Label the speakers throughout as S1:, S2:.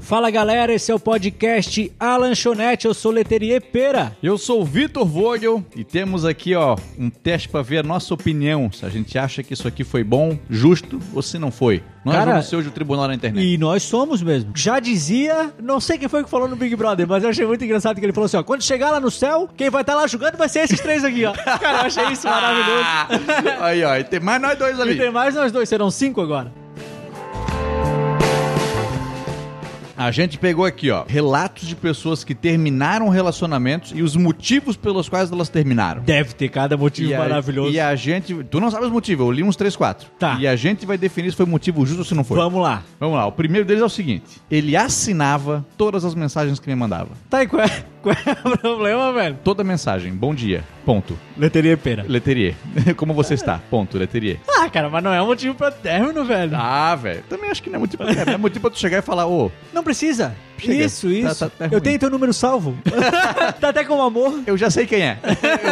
S1: Fala galera, esse é o podcast A Lanchonete, eu sou Leterier Pera.
S2: Eu sou o Vitor Vogel e temos aqui ó um teste para ver a nossa opinião, se a gente acha que isso aqui foi bom, justo ou se não foi. Nós
S1: Cara,
S2: vamos ser hoje o tribunal na internet.
S1: E nós somos mesmo. Já dizia, não sei quem foi que falou no Big Brother, mas eu achei muito engraçado que ele falou assim: ó, quando chegar lá no céu, quem vai estar lá julgando vai ser esses três aqui, ó. Cara, eu achei isso maravilhoso.
S2: Ah! aí ó, e tem mais nós dois
S1: E
S2: ali.
S1: tem mais nós dois, serão cinco agora.
S2: A gente pegou aqui ó relatos de pessoas que terminaram relacionamentos e os motivos pelos quais elas terminaram.
S1: Deve ter cada motivo
S2: E a-
S1: maravilhoso.
S2: E a gente. Tu não sabe os motivos, eu li uns 3, 4.
S1: Tá.
S2: E a gente vai definir se foi motivo justo ou se não foi.
S1: Vamos lá.
S2: Vamos lá, o primeiro deles é o seguinte: ele assinava todas as mensagens que me mandava.
S1: Tá, e qual é, qual é o problema, velho?
S2: Toda mensagem, bom dia, ponto.
S1: Leteria Pera.
S2: Leterier, como você está? Ponto, Leterier.
S1: Ah, cara, mas não é um motivo pra término, velho.
S2: Ah, velho, também acho que não é muito pra cara, é muito pra tu chegar e falar, ô,
S1: Não precisa.
S2: Chega.
S1: Isso,
S2: Tá-
S1: isso.
S2: tá- tá
S1: eu
S2: ruim.
S1: tenho teu número salvo. tá até com amor.
S2: eu já sei quem é,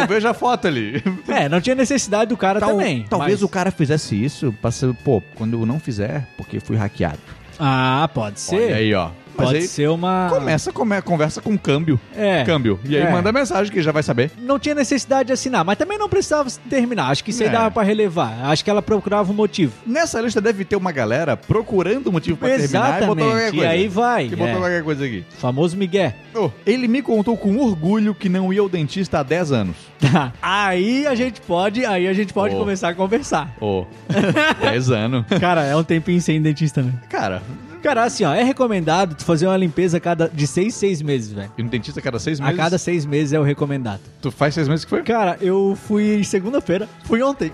S2: eu vejo a foto ali.
S1: É, não tinha necessidade do cara
S2: Tal-
S1: também.
S2: talvez
S1: mas-
S2: o cara fizesse isso, passa, pô, quando não fizer, porque fui hackeado.
S1: Ah, pode ser.
S2: Olha aí, ó. Mas
S1: pode
S2: aí
S1: ser uma.
S2: começa, come, conversa com o câmbio.
S1: É.
S2: Câmbio. E aí
S1: É.
S2: manda mensagem que já vai saber.
S1: Não tinha necessidade de assinar, mas também não precisava terminar. Acho que isso aí
S2: É.
S1: dava pra relevar. Acho que ela procurava um motivo.
S2: Nessa lista deve ter uma galera procurando um motivo pra terminar e botou qualquer
S1: Exatamente. E,
S2: coisa.
S1: aí vai.
S2: Que botou
S1: é.
S2: qualquer coisa aqui.
S1: Famoso Miguel.
S2: Ô, ele me contou com orgulho que não ia ao dentista há 10 anos.
S1: Tá. Aí a gente pode, aí a gente pode
S2: Pô.
S1: começar a conversar.
S2: Ô, 10 anos.
S1: Cara, é um tempinho sem dentista, né?
S2: Cara,
S1: Cara, assim, ó, é recomendado tu fazer uma limpeza a cada de seis, seis meses, velho.
S2: e no dentista a cada 6
S1: A
S2: meses?
S1: cada seis meses é o recomendado.
S2: Tu faz 6 meses que foi? É
S1: Cara, eu fui segunda-feira, fui ontem.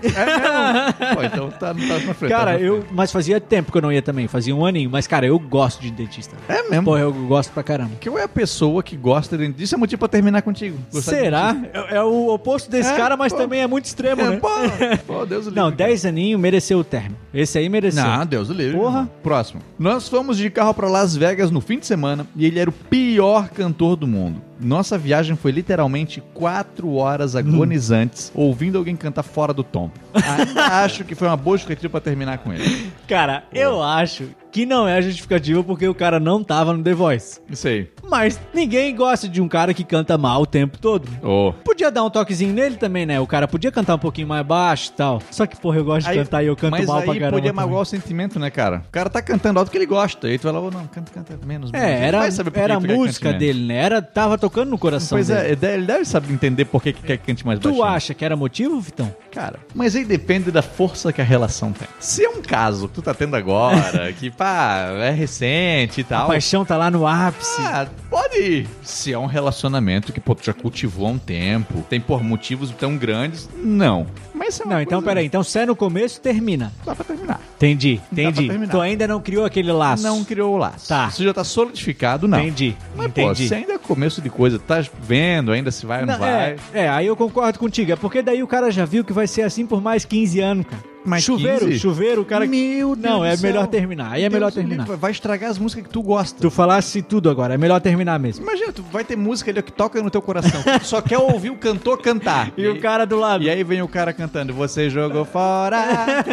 S2: Pô, então tá, tá na frente. tá
S1: Cara,
S2: na
S1: eu.
S2: frente.
S1: Mas fazia tempo que eu não ia também, fazia um aninho. Mas, cara, eu gosto de dentista.
S2: É mesmo?
S1: Porra, eu gosto pra caramba.
S2: Que eu é a pessoa que gosta de dentista, é motivo pra terminar contigo. Gostar de
S1: Será?
S2: dentista.
S1: É, é o oposto desse
S2: É,
S1: cara, mas
S2: pô.
S1: também é muito extremo, né?
S2: É, pô, pô, Deus o
S1: Não,
S2: livre, cara.
S1: 10 aninhos mereceu o término. Esse aí mereceu.
S2: Não, Deus o livre.
S1: Porra.
S2: irmão. Próximo. Nós fomos de carro pra Las Vegas no fim de semana e ele era o pior cantor do mundo. Nossa viagem foi literalmente quatro horas agonizantes ouvindo alguém cantar fora do tom. Ainda acho que foi uma boa justificativa pra terminar com ele.
S1: Cara, eu acho que não é justificativa porque o cara não tava no The Voice.
S2: Isso aí.
S1: Mas ninguém gosta de um cara que canta mal o tempo todo.
S2: Oh.
S1: Podia dar um toquezinho nele também, né? O cara podia cantar um pouquinho mais baixo e tal. Só que, porra, eu gosto de cantar e eu canto
S2: mas
S1: mal
S2: aí
S1: pra caramba.
S2: podia
S1: também.
S2: magoar o sentimento, né, cara? O cara tá cantando alto que ele gosta. Aí tu vai lá, ô, não, canta, canta menos. menos.
S1: É,
S2: Ele
S1: era,
S2: vai saber por que
S1: era a
S2: tu quer que
S1: música
S2: cante menos.
S1: dele, né? Era, tava tocando no coração
S2: Pois
S1: dele.
S2: é, ele deve saber entender por que que quer que cante mais
S1: Tu
S2: baixinho.
S1: acha que era motivo, Vitão?
S2: Cara, mas aí depende da força que a relação tem. Se é um caso que tu tá tendo agora, que pá, é recente e
S1: A
S2: tal.
S1: paixão tá lá no ápice.
S2: Ah, pode ir. Se é um relacionamento que, pô, tu já cultivou há um tempo, tem, por motivos tão grandes, não. Mas se é uma
S1: Não, então
S2: coisa-
S1: peraí. Então se é no começo, termina.
S2: Dá pra terminar.
S1: Entendi,
S2: pra
S1: entendi.
S2: terminar.
S1: Tu ainda não criou aquele laço.
S2: Não criou o laço.
S1: Tá.
S2: Se já tá solidificado, não.
S1: Entendi,
S2: Mas, pô,
S1: entendi.
S2: se ainda é começo de coisa, tá vendo ainda se vai ou não,
S1: Não,
S2: vai.
S1: é, é, aí eu concordo contigo. É porque daí o cara já viu que vai ser assim por mais 15 anos, cara.
S2: Mais
S1: chuveiro,
S2: 15?
S1: chuveiro, o cara.
S2: Meu Deus
S1: Não, é
S2: do céu.
S1: melhor terminar. Aí é melhor
S2: Deus do
S1: terminar.
S2: livro, Vai estragar as músicas que tu gosta.
S1: Tu falasse tudo agora, é melhor terminar mesmo.
S2: Imagina, tu vai ter música ali que toca no teu coração. Tu só quer ouvir o cantor cantar.
S1: E o cara do lado.
S2: E aí vem o cara cantando, você jogou fora.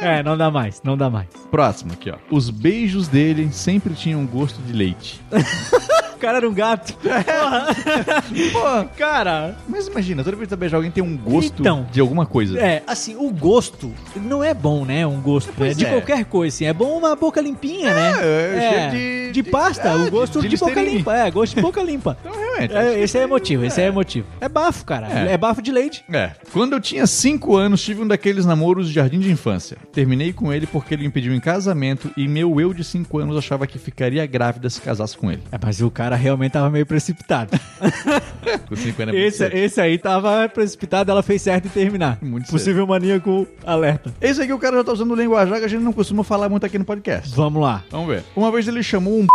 S1: É, não dá mais, não dá mais.
S2: Próximo aqui, ó. Os beijos dele sempre tinham gosto de leite.
S1: O cara era um gato.
S2: Pô,
S1: Cara,
S2: mas imagina, toda vez que tu beijar alguém tem um gosto
S1: Então.
S2: de alguma coisa.
S1: é, assim, o gosto não é bom, né? Um gosto
S2: Pois
S1: né? de
S2: é.
S1: qualquer coisa, assim. É bom uma boca limpinha, né?
S2: é, cheio de-
S1: de pasta,
S2: é,
S1: o gosto de,
S2: de- de
S1: boca
S2: Listerine.
S1: limpa. É, gosto de boca limpa.
S2: Então, realmente. acho
S1: É,
S2: que-
S1: esse aí é motivo, esse aí é motivo. É bafo, cara. É,
S2: É.
S1: bafo de leite.
S2: É. Quando eu tinha 5 anos, tive um daqueles namoros de jardim de infância. Terminei com ele porque ele me pediu em casamento e meu eu de 5 anos achava que ficaria grávida se casasse com ele.
S1: É, mas o cara realmente tava meio precipitado.
S2: Com 5 anos é muito
S1: esse,
S2: cedo.
S1: esse aí tava precipitado, ela fez certo em terminar.
S2: Muito
S1: Possível mania com alerta.
S2: Esse aqui o cara já tá usando linguajar que a gente não costuma falar muito aqui no podcast.
S1: Vamos lá.
S2: Vamos ver. Uma vez ele chamou um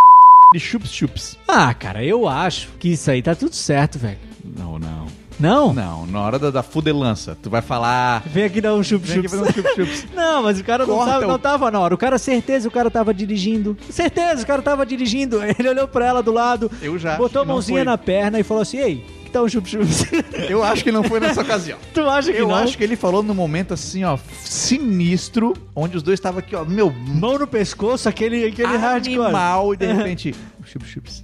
S2: de chups-chups.
S1: Ah, cara, eu acho que isso aí tá tudo certo, velho.
S2: Não, não.
S1: Não?
S2: Não, na hora da, da fudelança, tu vai falar.
S1: Vem aqui dar um
S2: Vem aqui
S1: chup-chup.
S2: fazer um chup-chups.
S1: Não, mas o cara não
S2: Corta
S1: tava,
S2: o-
S1: não tava na hora. O cara, certeza, o cara tava dirigindo. Certeza, o cara tava dirigindo. Ele olhou pra ela do lado,
S2: Eu já acho
S1: botou a
S2: que não
S1: mãozinha
S2: foi.
S1: na perna e falou assim: Ei, que até um chup-chup.
S2: Eu acho que não foi nessa ocasião.
S1: tu acha que
S2: Eu
S1: não?
S2: acho que ele falou num momento assim, ó, sinistro, onde os dois estavam aqui, ó, meu,
S1: Mão no pescoço, aquele, aquele hardcore.
S2: animal, e de repente, chup-chups.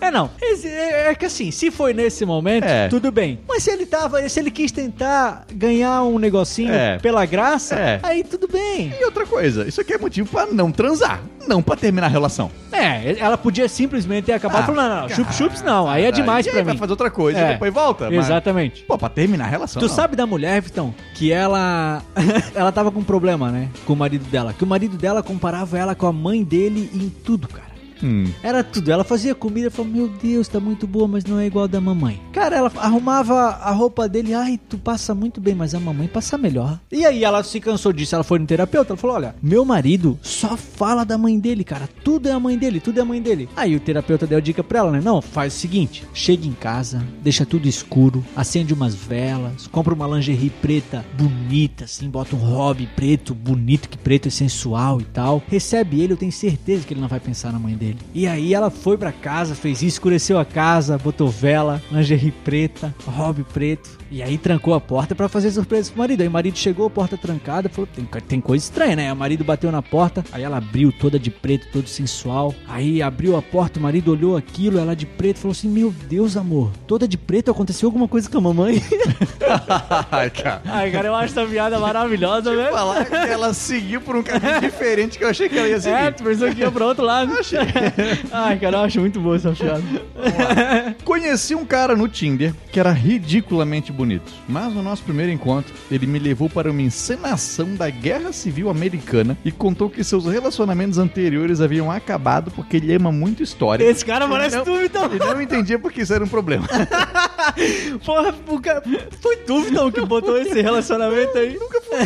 S1: É, não. Esse- É, é que assim, se foi nesse momento,
S2: É.
S1: tudo bem. Mas se ele tava, se ele quis tentar ganhar um negocinho
S2: É.
S1: pela graça,
S2: É.
S1: aí tudo bem.
S2: E outra coisa, isso aqui é motivo pra não transar, não pra terminar a relação.
S1: É, ela podia simplesmente ter acabado
S2: Ah,
S1: falando, não, não, chup-chups não, aí é demais
S2: E aí
S1: pra
S2: vai
S1: mim.
S2: fazer outra coisa,
S1: É.
S2: e depois volta. mas-
S1: Exatamente.
S2: Pô, pra terminar a relação.
S1: Tu
S2: não.
S1: sabe da mulher, Vitão, que ela. ela tava com um problema, né? Com o marido dela. Que o marido dela comparava ela com a mãe dele em tudo, cara.
S2: Hum.
S1: Era tudo. Ela fazia comida e falava: Meu Deus, tá muito boa, mas não é igual a da mamãe. Cara, ela arrumava a roupa dele. Ai, tu passa muito bem, mas a mamãe passa melhor. E aí ela se cansou disso. Ela foi no terapeuta. Ela falou: Olha, meu marido só fala da mãe dele, cara. Tudo é a mãe dele, tudo é a mãe dele. Aí o terapeuta deu a dica pra ela, né? Não, faz o seguinte: chega em casa, deixa tudo escuro, acende umas velas, compra uma lingerie preta bonita, assim, bota um hobby preto, bonito, que preto é sensual e tal. Recebe ele, eu tenho certeza que ele não vai pensar na mãe dele. E aí ela foi pra casa, fez isso, escureceu a casa, botou vela, lingerie preta, hobby preto. E aí trancou a porta pra fazer surpresa pro marido. Aí o marido chegou, porta trancada, falou: tem, tem coisa estranha, né? Aí O marido bateu na porta, aí ela abriu toda de preto, todo sensual. Aí abriu a porta, o marido olhou aquilo, ela de preto, falou assim: Meu Deus, amor, toda de preto, aconteceu alguma coisa com a mamãe?
S2: Ai, cara.
S1: Ai, cara, eu acho essa piada maravilhosa, né?
S2: Falar que ela seguiu por um caminho diferente que eu achei que ela ia seguir.
S1: É, tu pensou que ia pra outro lado.
S2: Achei.
S1: Ai, cara, eu acho muito boa essa piada.
S2: Conheci um cara no Tinder que era ridiculamente bonito, mas no nosso primeiro encontro ele me levou para uma encenação da Guerra Civil Americana e contou que seus relacionamentos anteriores haviam acabado porque ele ama muito história.
S1: Esse cara parece
S2: Não.
S1: tu, então.
S2: E não entendia porque isso era um problema.
S1: Porra, o cara... foi tu, então, que botou esse relacionamento aí. Nunca foi.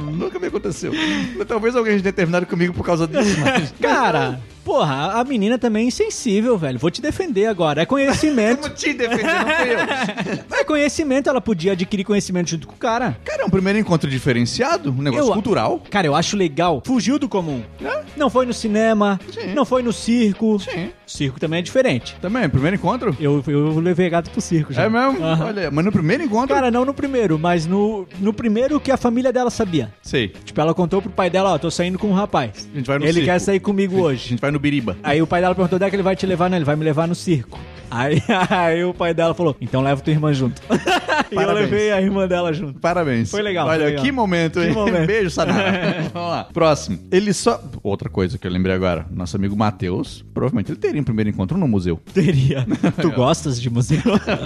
S2: Não, nunca me aconteceu. Mas talvez alguém tenha terminado comigo por causa disso, mas.
S1: Cara, porra, a menina também é insensível, velho. Vou te defender agora. É conhecimento.
S2: Como te defender, não fui eu.
S1: é conhecimento, ela podia adquirir conhecimento junto com o cara.
S2: Cara, é um primeiro encontro diferenciado, um negócio
S1: Eu-
S2: cultural.
S1: Cara, eu acho legal. Fugiu do comum.
S2: É.
S1: Não foi no cinema,
S2: Sim.
S1: não foi no circo.
S2: Sim.
S1: Circo também é diferente.
S2: Também, primeiro encontro?
S1: Eu, eu levei gato pro circo já.
S2: É mesmo?
S1: Aham.
S2: Olha, mas no primeiro encontro.
S1: Cara, não no primeiro, mas no, no primeiro que a família dela sabia.
S2: Sei.
S1: Tipo, ela contou pro pai dela, ó, tô saindo com um rapaz.
S2: A gente vai no
S1: Ele
S2: circo.
S1: quer sair comigo
S2: A
S1: hoje.
S2: gente vai no Biriba.
S1: Aí o pai dela perguntou, onde é que ele vai te levar? Não, ele vai me levar no circo. Aí, aí o pai dela falou, então leva tua irmã junto. e eu
S2: Parabéns.
S1: levei a irmã dela junto.
S2: Parabéns.
S1: Foi legal,
S2: Olha,
S1: foi legal.
S2: que momento,
S1: Que
S2: hein?
S1: momento.
S2: Beijo, Sanara. Vamos lá. Próximo. Ele só. Outra coisa que eu lembrei agora. Nosso amigo Matheus, provavelmente ele teria um primeiro encontro no museu.
S1: Teria. tu gostas de museu?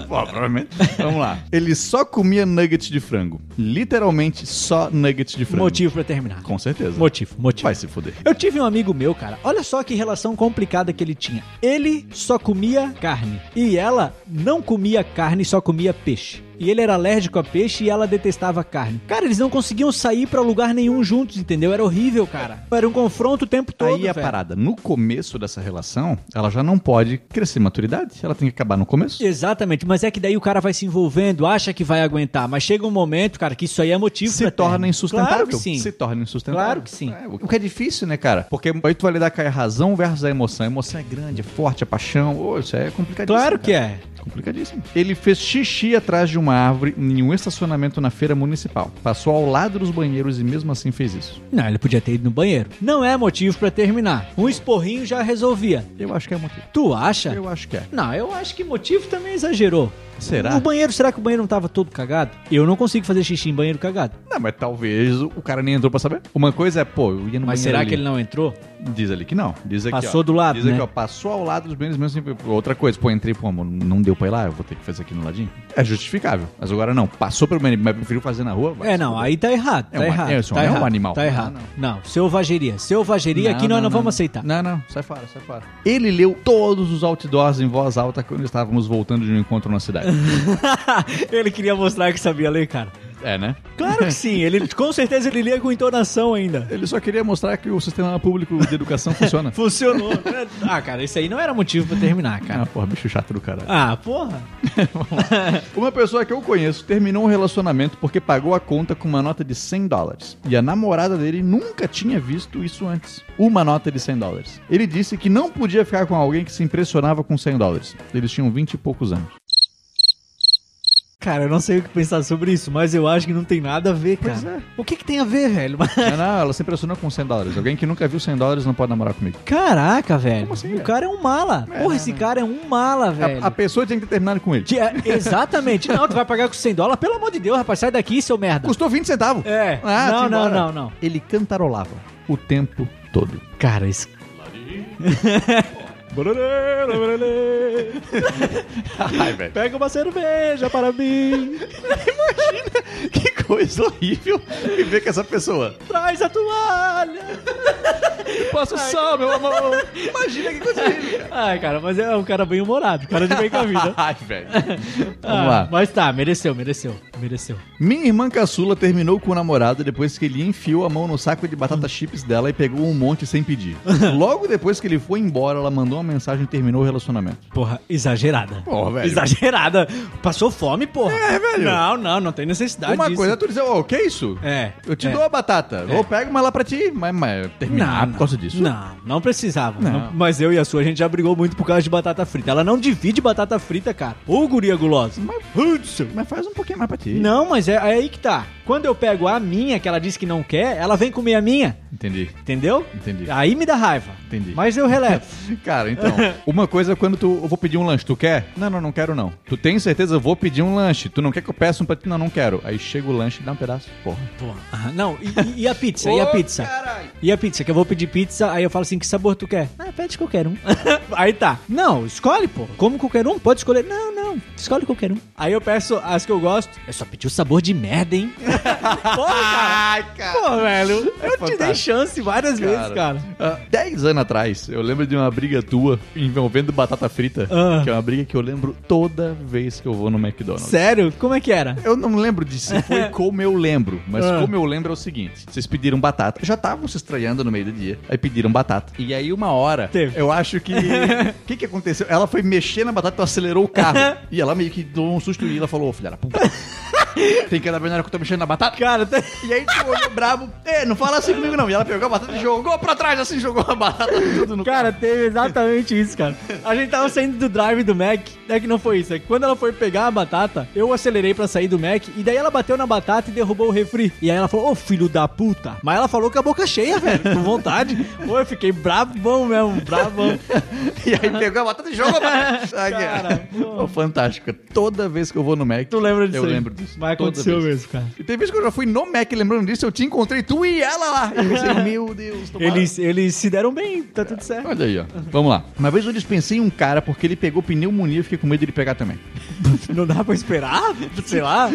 S2: Pô, provavelmente. Vamos lá. Ele só comia nuggets de frango. Literalmente só nuggets de frango.
S1: motivo pra terminar.
S2: Com certeza.
S1: Motivo, motivo.
S2: Vai se fuder.
S1: Eu tive um amigo meu, cara. Olha só que relação complicada que ele tinha. Ele só comia carne e ela não comia carne, só comia peixe. E ele era alérgico a peixe e ela detestava carne. Cara, eles não conseguiam sair pra lugar nenhum juntos, entendeu? Era horrível, cara. Era um confronto o tempo todo.
S2: Aí é a
S1: velho.
S2: parada. No começo dessa relação, ela já não pode crescer maturidade. Ela tem que acabar no começo.
S1: Exatamente, mas é que daí o cara vai se envolvendo, acha que vai aguentar, mas chega um momento, cara, que isso aí é motivo
S2: se
S1: pra
S2: torna
S1: término.
S2: insustentável.
S1: Claro que sim.
S2: Se torna insustentável.
S1: Claro que sim.
S2: É, o que é difícil, né, cara? Porque aí tu vai lidar com a razão versus a emoção. A emoção é grande, é forte, é paixão. Ô, isso é complicadíssimo.
S1: Claro que
S2: cara.
S1: é.
S2: Complicadíssimo. Ele fez xixi atrás de uma árvore em um estacionamento na feira municipal. Passou ao lado dos banheiros e mesmo assim fez isso.
S1: Não, ele podia ter ido no banheiro. Não é motivo pra terminar. Um esporrinho já resolvia.
S2: Eu acho que é motivo.
S1: Tu acha?
S2: Eu acho que é.
S1: Não, eu acho que motivo também exagerou.
S2: Será?
S1: O banheiro, será que o banheiro não tava todo cagado? Eu não consigo fazer xixi em banheiro cagado.
S2: Não, mas talvez o cara nem entrou pra saber. Uma coisa é, pô, eu ia no
S1: Mas
S2: banheiro
S1: será
S2: ali.
S1: que ele não entrou?
S2: Diz ali que não. Diz aqui,
S1: Passou
S2: ó.
S1: do lado,
S2: Diz aqui,
S1: né?
S2: ó, passou ao lado dos bens mesmo. assim, Outra coisa, pô, entrei, pô, amor, não deu pra ir lá, eu vou ter que fazer aqui no ladinho. É justificável. Mas agora não, passou pelo menos, mas preferiu fazer na rua. vai
S1: É,
S2: se
S1: não,
S2: fuder.
S1: aí tá errado.
S2: É
S1: tá
S2: um-
S1: errado.
S2: é, isso
S1: tá
S2: é um
S1: errado,
S2: animal.
S1: Tá
S2: Não,
S1: errado. Não, selvageria. Selvageria
S2: Não,
S1: que nós não, vamos
S2: não.
S1: aceitar.
S2: Não, não, sai fora, sai fora. Ele leu todos os outdoors em voz alta quando estávamos voltando de um encontro na cidade.
S1: ele queria mostrar que sabia ler, cara.
S2: é, né?
S1: Claro que sim, ele com certeza ele lia com entonação ainda.
S2: Ele só queria mostrar que o sistema público de educação funciona.
S1: Funcionou. né? ah, cara, isso aí não era motivo pra terminar,
S2: Ah,
S1: cara.
S2: porra, bicho chato do caralho.
S1: Ah, porra.
S2: Uma pessoa que eu conheço terminou um relacionamento porque pagou a conta com uma nota de 100 dólares. E a namorada dele nunca tinha visto isso antes. Uma nota de 100 dólares. Ele disse que não podia ficar com alguém que se impressionava com 100 dólares. Eles tinham 20 e poucos anos.
S1: Cara, eu não sei o que pensar sobre isso, mas eu acho que não tem nada a ver, cara.
S2: Pois é.
S1: O que que tem a ver, velho? Mas-
S2: Não, não, ela se impressionou com 100 dólares. Alguém que nunca viu 100 dólares não pode namorar comigo.
S1: Caraca, velho.
S2: assim,
S1: o
S2: velho?
S1: cara é um mala. Porra, esse cara é um mala, velho.
S2: né? A, a pessoa tinha que ter terminado com ele.
S1: Que é- exatamente. Não, tu vai pagar com 100 dólares? Pelo amor de Deus, rapaz, sai daqui, seu merda.
S2: Custou 20 centavos.
S1: É.
S2: Ah,
S1: não,
S2: te
S1: não,
S2: embora.
S1: não, não.
S2: Ele cantarolava o tempo todo.
S1: Cara, isso.
S2: Ai, velho.
S1: Pega uma cerveja para mim.
S2: Que coisa horrível viver com essa pessoa.
S1: Traz a toalha.
S2: Posso só, meu amor. Imagina que coisa horrível.
S1: Ai, cara, mas é um cara bem humorado, cara de bem com a vida.
S2: Ai, velho. Vamos
S1: Ah,
S2: lá.
S1: Mas tá, mereceu, mereceu, mereceu.
S2: Minha irmã caçula terminou com o namorado depois que ele enfiou a mão no saco de batata chips dela e pegou um monte sem pedir. Logo depois que ele foi embora, ela mandou uma mensagem e terminou o relacionamento.
S1: Porra, exagerada.
S2: Pô, velho.
S1: Exagerada. Passou fome, porra. É,
S2: velho.
S1: Não, não, não tem necessidade
S2: uma
S1: disso.
S2: coisa é tu dizer, ô, o que é isso?
S1: Ah, É.
S2: Eu te
S1: é.
S2: dou a batata.
S1: É.
S2: Ou pego uma lá pra ti, mas, mas terminar
S1: não,
S2: por causa disso.
S1: Não, não precisava.
S2: Não.
S1: Não- Mas eu e a sua, a gente já brigou muito por causa de batata frita. Ela não divide batata frita, cara. Ô, guria gulosa.
S2: Mas, mas faz um pouquinho mais pra ti.
S1: Não, mas é, é aí que tá. Quando eu pego a minha, que ela disse que não quer, ela vem comer a minha,
S2: Entendi.
S1: entendeu?
S2: Entendi.
S1: Aí me dá raiva.
S2: Entendi.
S1: Mas eu relevo.
S2: Cara, então, uma coisa é quando tu. Eu vou pedir um lanche, tu quer? Não, não, não quero não. Tu tem certeza? Eu vou pedir um lanche. Tu não quer que eu peça um pra ti? Não, não quero. Aí chega o lanche e dá um pedaço. Porra.
S1: Porra. Ah, Não, e, e- e a pizza? e a pizza? E a pizza? Que eu vou pedir pizza, aí eu falo assim, que sabor tu quer? Ah, pede qualquer um. aí tá. Não, escolhe, pô. Como qualquer um? Pode escolher. Não, não. Escolhe qualquer um. Aí eu peço as que eu gosto. Eu só pedi o sabor de merda, hein? Porra, cara.
S2: Ai, cara.
S1: Pô, velho.
S2: É
S1: eu te
S2: fantástico.
S1: dei chance várias vezes,
S2: Cara,
S1: é cara.
S2: ah, dez anos atrás, eu lembro de uma briga tua envolvendo batata frita,
S1: Ah.
S2: que é uma briga que eu lembro toda vez que eu vou no McDonald's.
S1: Sério? Como é que era?
S2: Eu não lembro de se foi como eu lembro, mas
S1: Ah.
S2: como eu lembro é o seguinte: vocês pediram batata, já estavam se estranhando no meio do dia, aí pediram batata. E aí, uma hora,
S1: Teve.
S2: eu acho que. O que, que aconteceu? Ela foi mexer na batata, então acelerou o carro. e ela meio que deu um susto e ela falou: "Ô, filha da puta, tem que andar bem na hora que eu tô mexendo na batata.
S1: Cara, tá...
S2: E aí tu olhou brabo, é, não fala assim comigo não. E ela pegou a batata e jogou pra trás, assim, jogou a batata tudo no
S1: Cara, teve exatamente isso, cara. A gente tava saindo do drive do Mac. É que não foi isso. É que quando ela foi pegar a batata, eu acelerei pra sair do Mac. E daí ela bateu na batata e derrubou o refri. E aí ela falou, ô filho da puta. Mas ela falou com a boca cheia, velho. Com vontade. Pô, eu fiquei brabão mesmo, brabão.
S2: E aí pegou a batata e jogou a batata. Ai,
S1: Cara,
S2: pô, fantástico. Toda vez que eu vou no Mac.
S1: Tu lembra disso
S2: Eu
S1: aí?
S2: lembro disso.
S1: Mas
S2: Toda
S1: aconteceu
S2: vez.
S1: mesmo, cara.
S2: E tem vez que eu já fui no Mac lembrando disso, eu te encontrei, tu e ela lá. E eu pensei, meu Deus, tomara.
S1: Eles, eles se deram bem, tá tudo certo.
S2: Olha aí, ó. Vamos lá. Uma vez eu dispensei um cara porque ele pegou pneumonia e fiquei com medo de ele pegar também.
S1: Não dá pra esperar? Sei lá.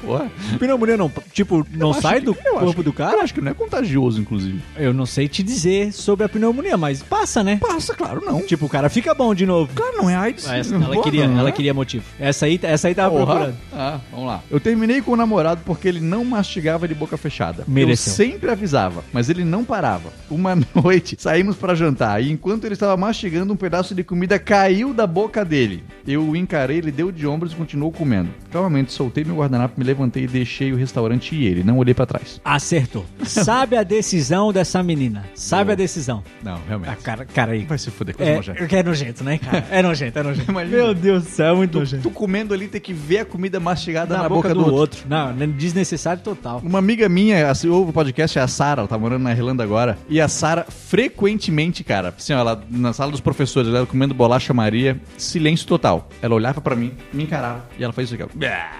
S2: Porra.
S1: Pneumonia não, tipo, não
S2: acho
S1: sai
S2: que-
S1: do
S2: eu acho
S1: corpo do
S2: Cara,
S1: cara?
S2: acho que não é contagioso, inclusive.
S1: Eu não sei te dizer sobre a pneumonia, mas passa, né?
S2: Passa, claro, não.
S1: Tipo, o cara fica bom de novo.
S2: Cara, não é AIDS.
S1: Ah, essa-
S2: Não,
S1: ela
S2: pô,
S1: queria,
S2: não
S1: ela
S2: é?
S1: queria motivo. Essa aí, essa aí tava
S2: Porra.
S1: procurando.
S2: Ah, vamos lá. Eu terminei com o namorado porque ele não mastigava de boca fechada.
S1: Mereceu.
S2: Eu sempre avisava, mas ele não parava. Uma noite, saímos pra jantar e enquanto ele estava mastigando, um pedaço de comida caiu da boca dele. Eu o encarei, ele deu de ombros e continuou comendo. Calmamente, soltei meu guardanapo, me levantei e deixei o restaurante e ele. Não olhei pra trás.
S1: Acertou. Sabe a decisão dessa menina. Sabe
S2: Boa.
S1: a decisão.
S2: Não,
S1: Ah,
S2: realmente.
S1: cara, cara aí.
S2: Vai se fuder, coisa
S1: É,
S2: nojenta.
S1: é nojento, né, cara? É nojento, é nojento.
S2: Imagina.
S1: Meu Deus do céu, é muito
S2: Tu,
S1: nojento.
S2: tu comendo ali, tem que ver a comida mastigada na,
S1: Na
S2: boca, do, outro.
S1: Não, né, desnecessário total.
S2: Uma amiga minha, assim, ouve o podcast, é a Sara, ela tá morando na Irlanda agora. E a Sara, frequentemente, cara, assim, ó, ela na sala dos professores, ela comendo bolacha Maria, silêncio total. Ela olhava pra mim, me encarava, e ela fazia isso aqui, ó. Bah!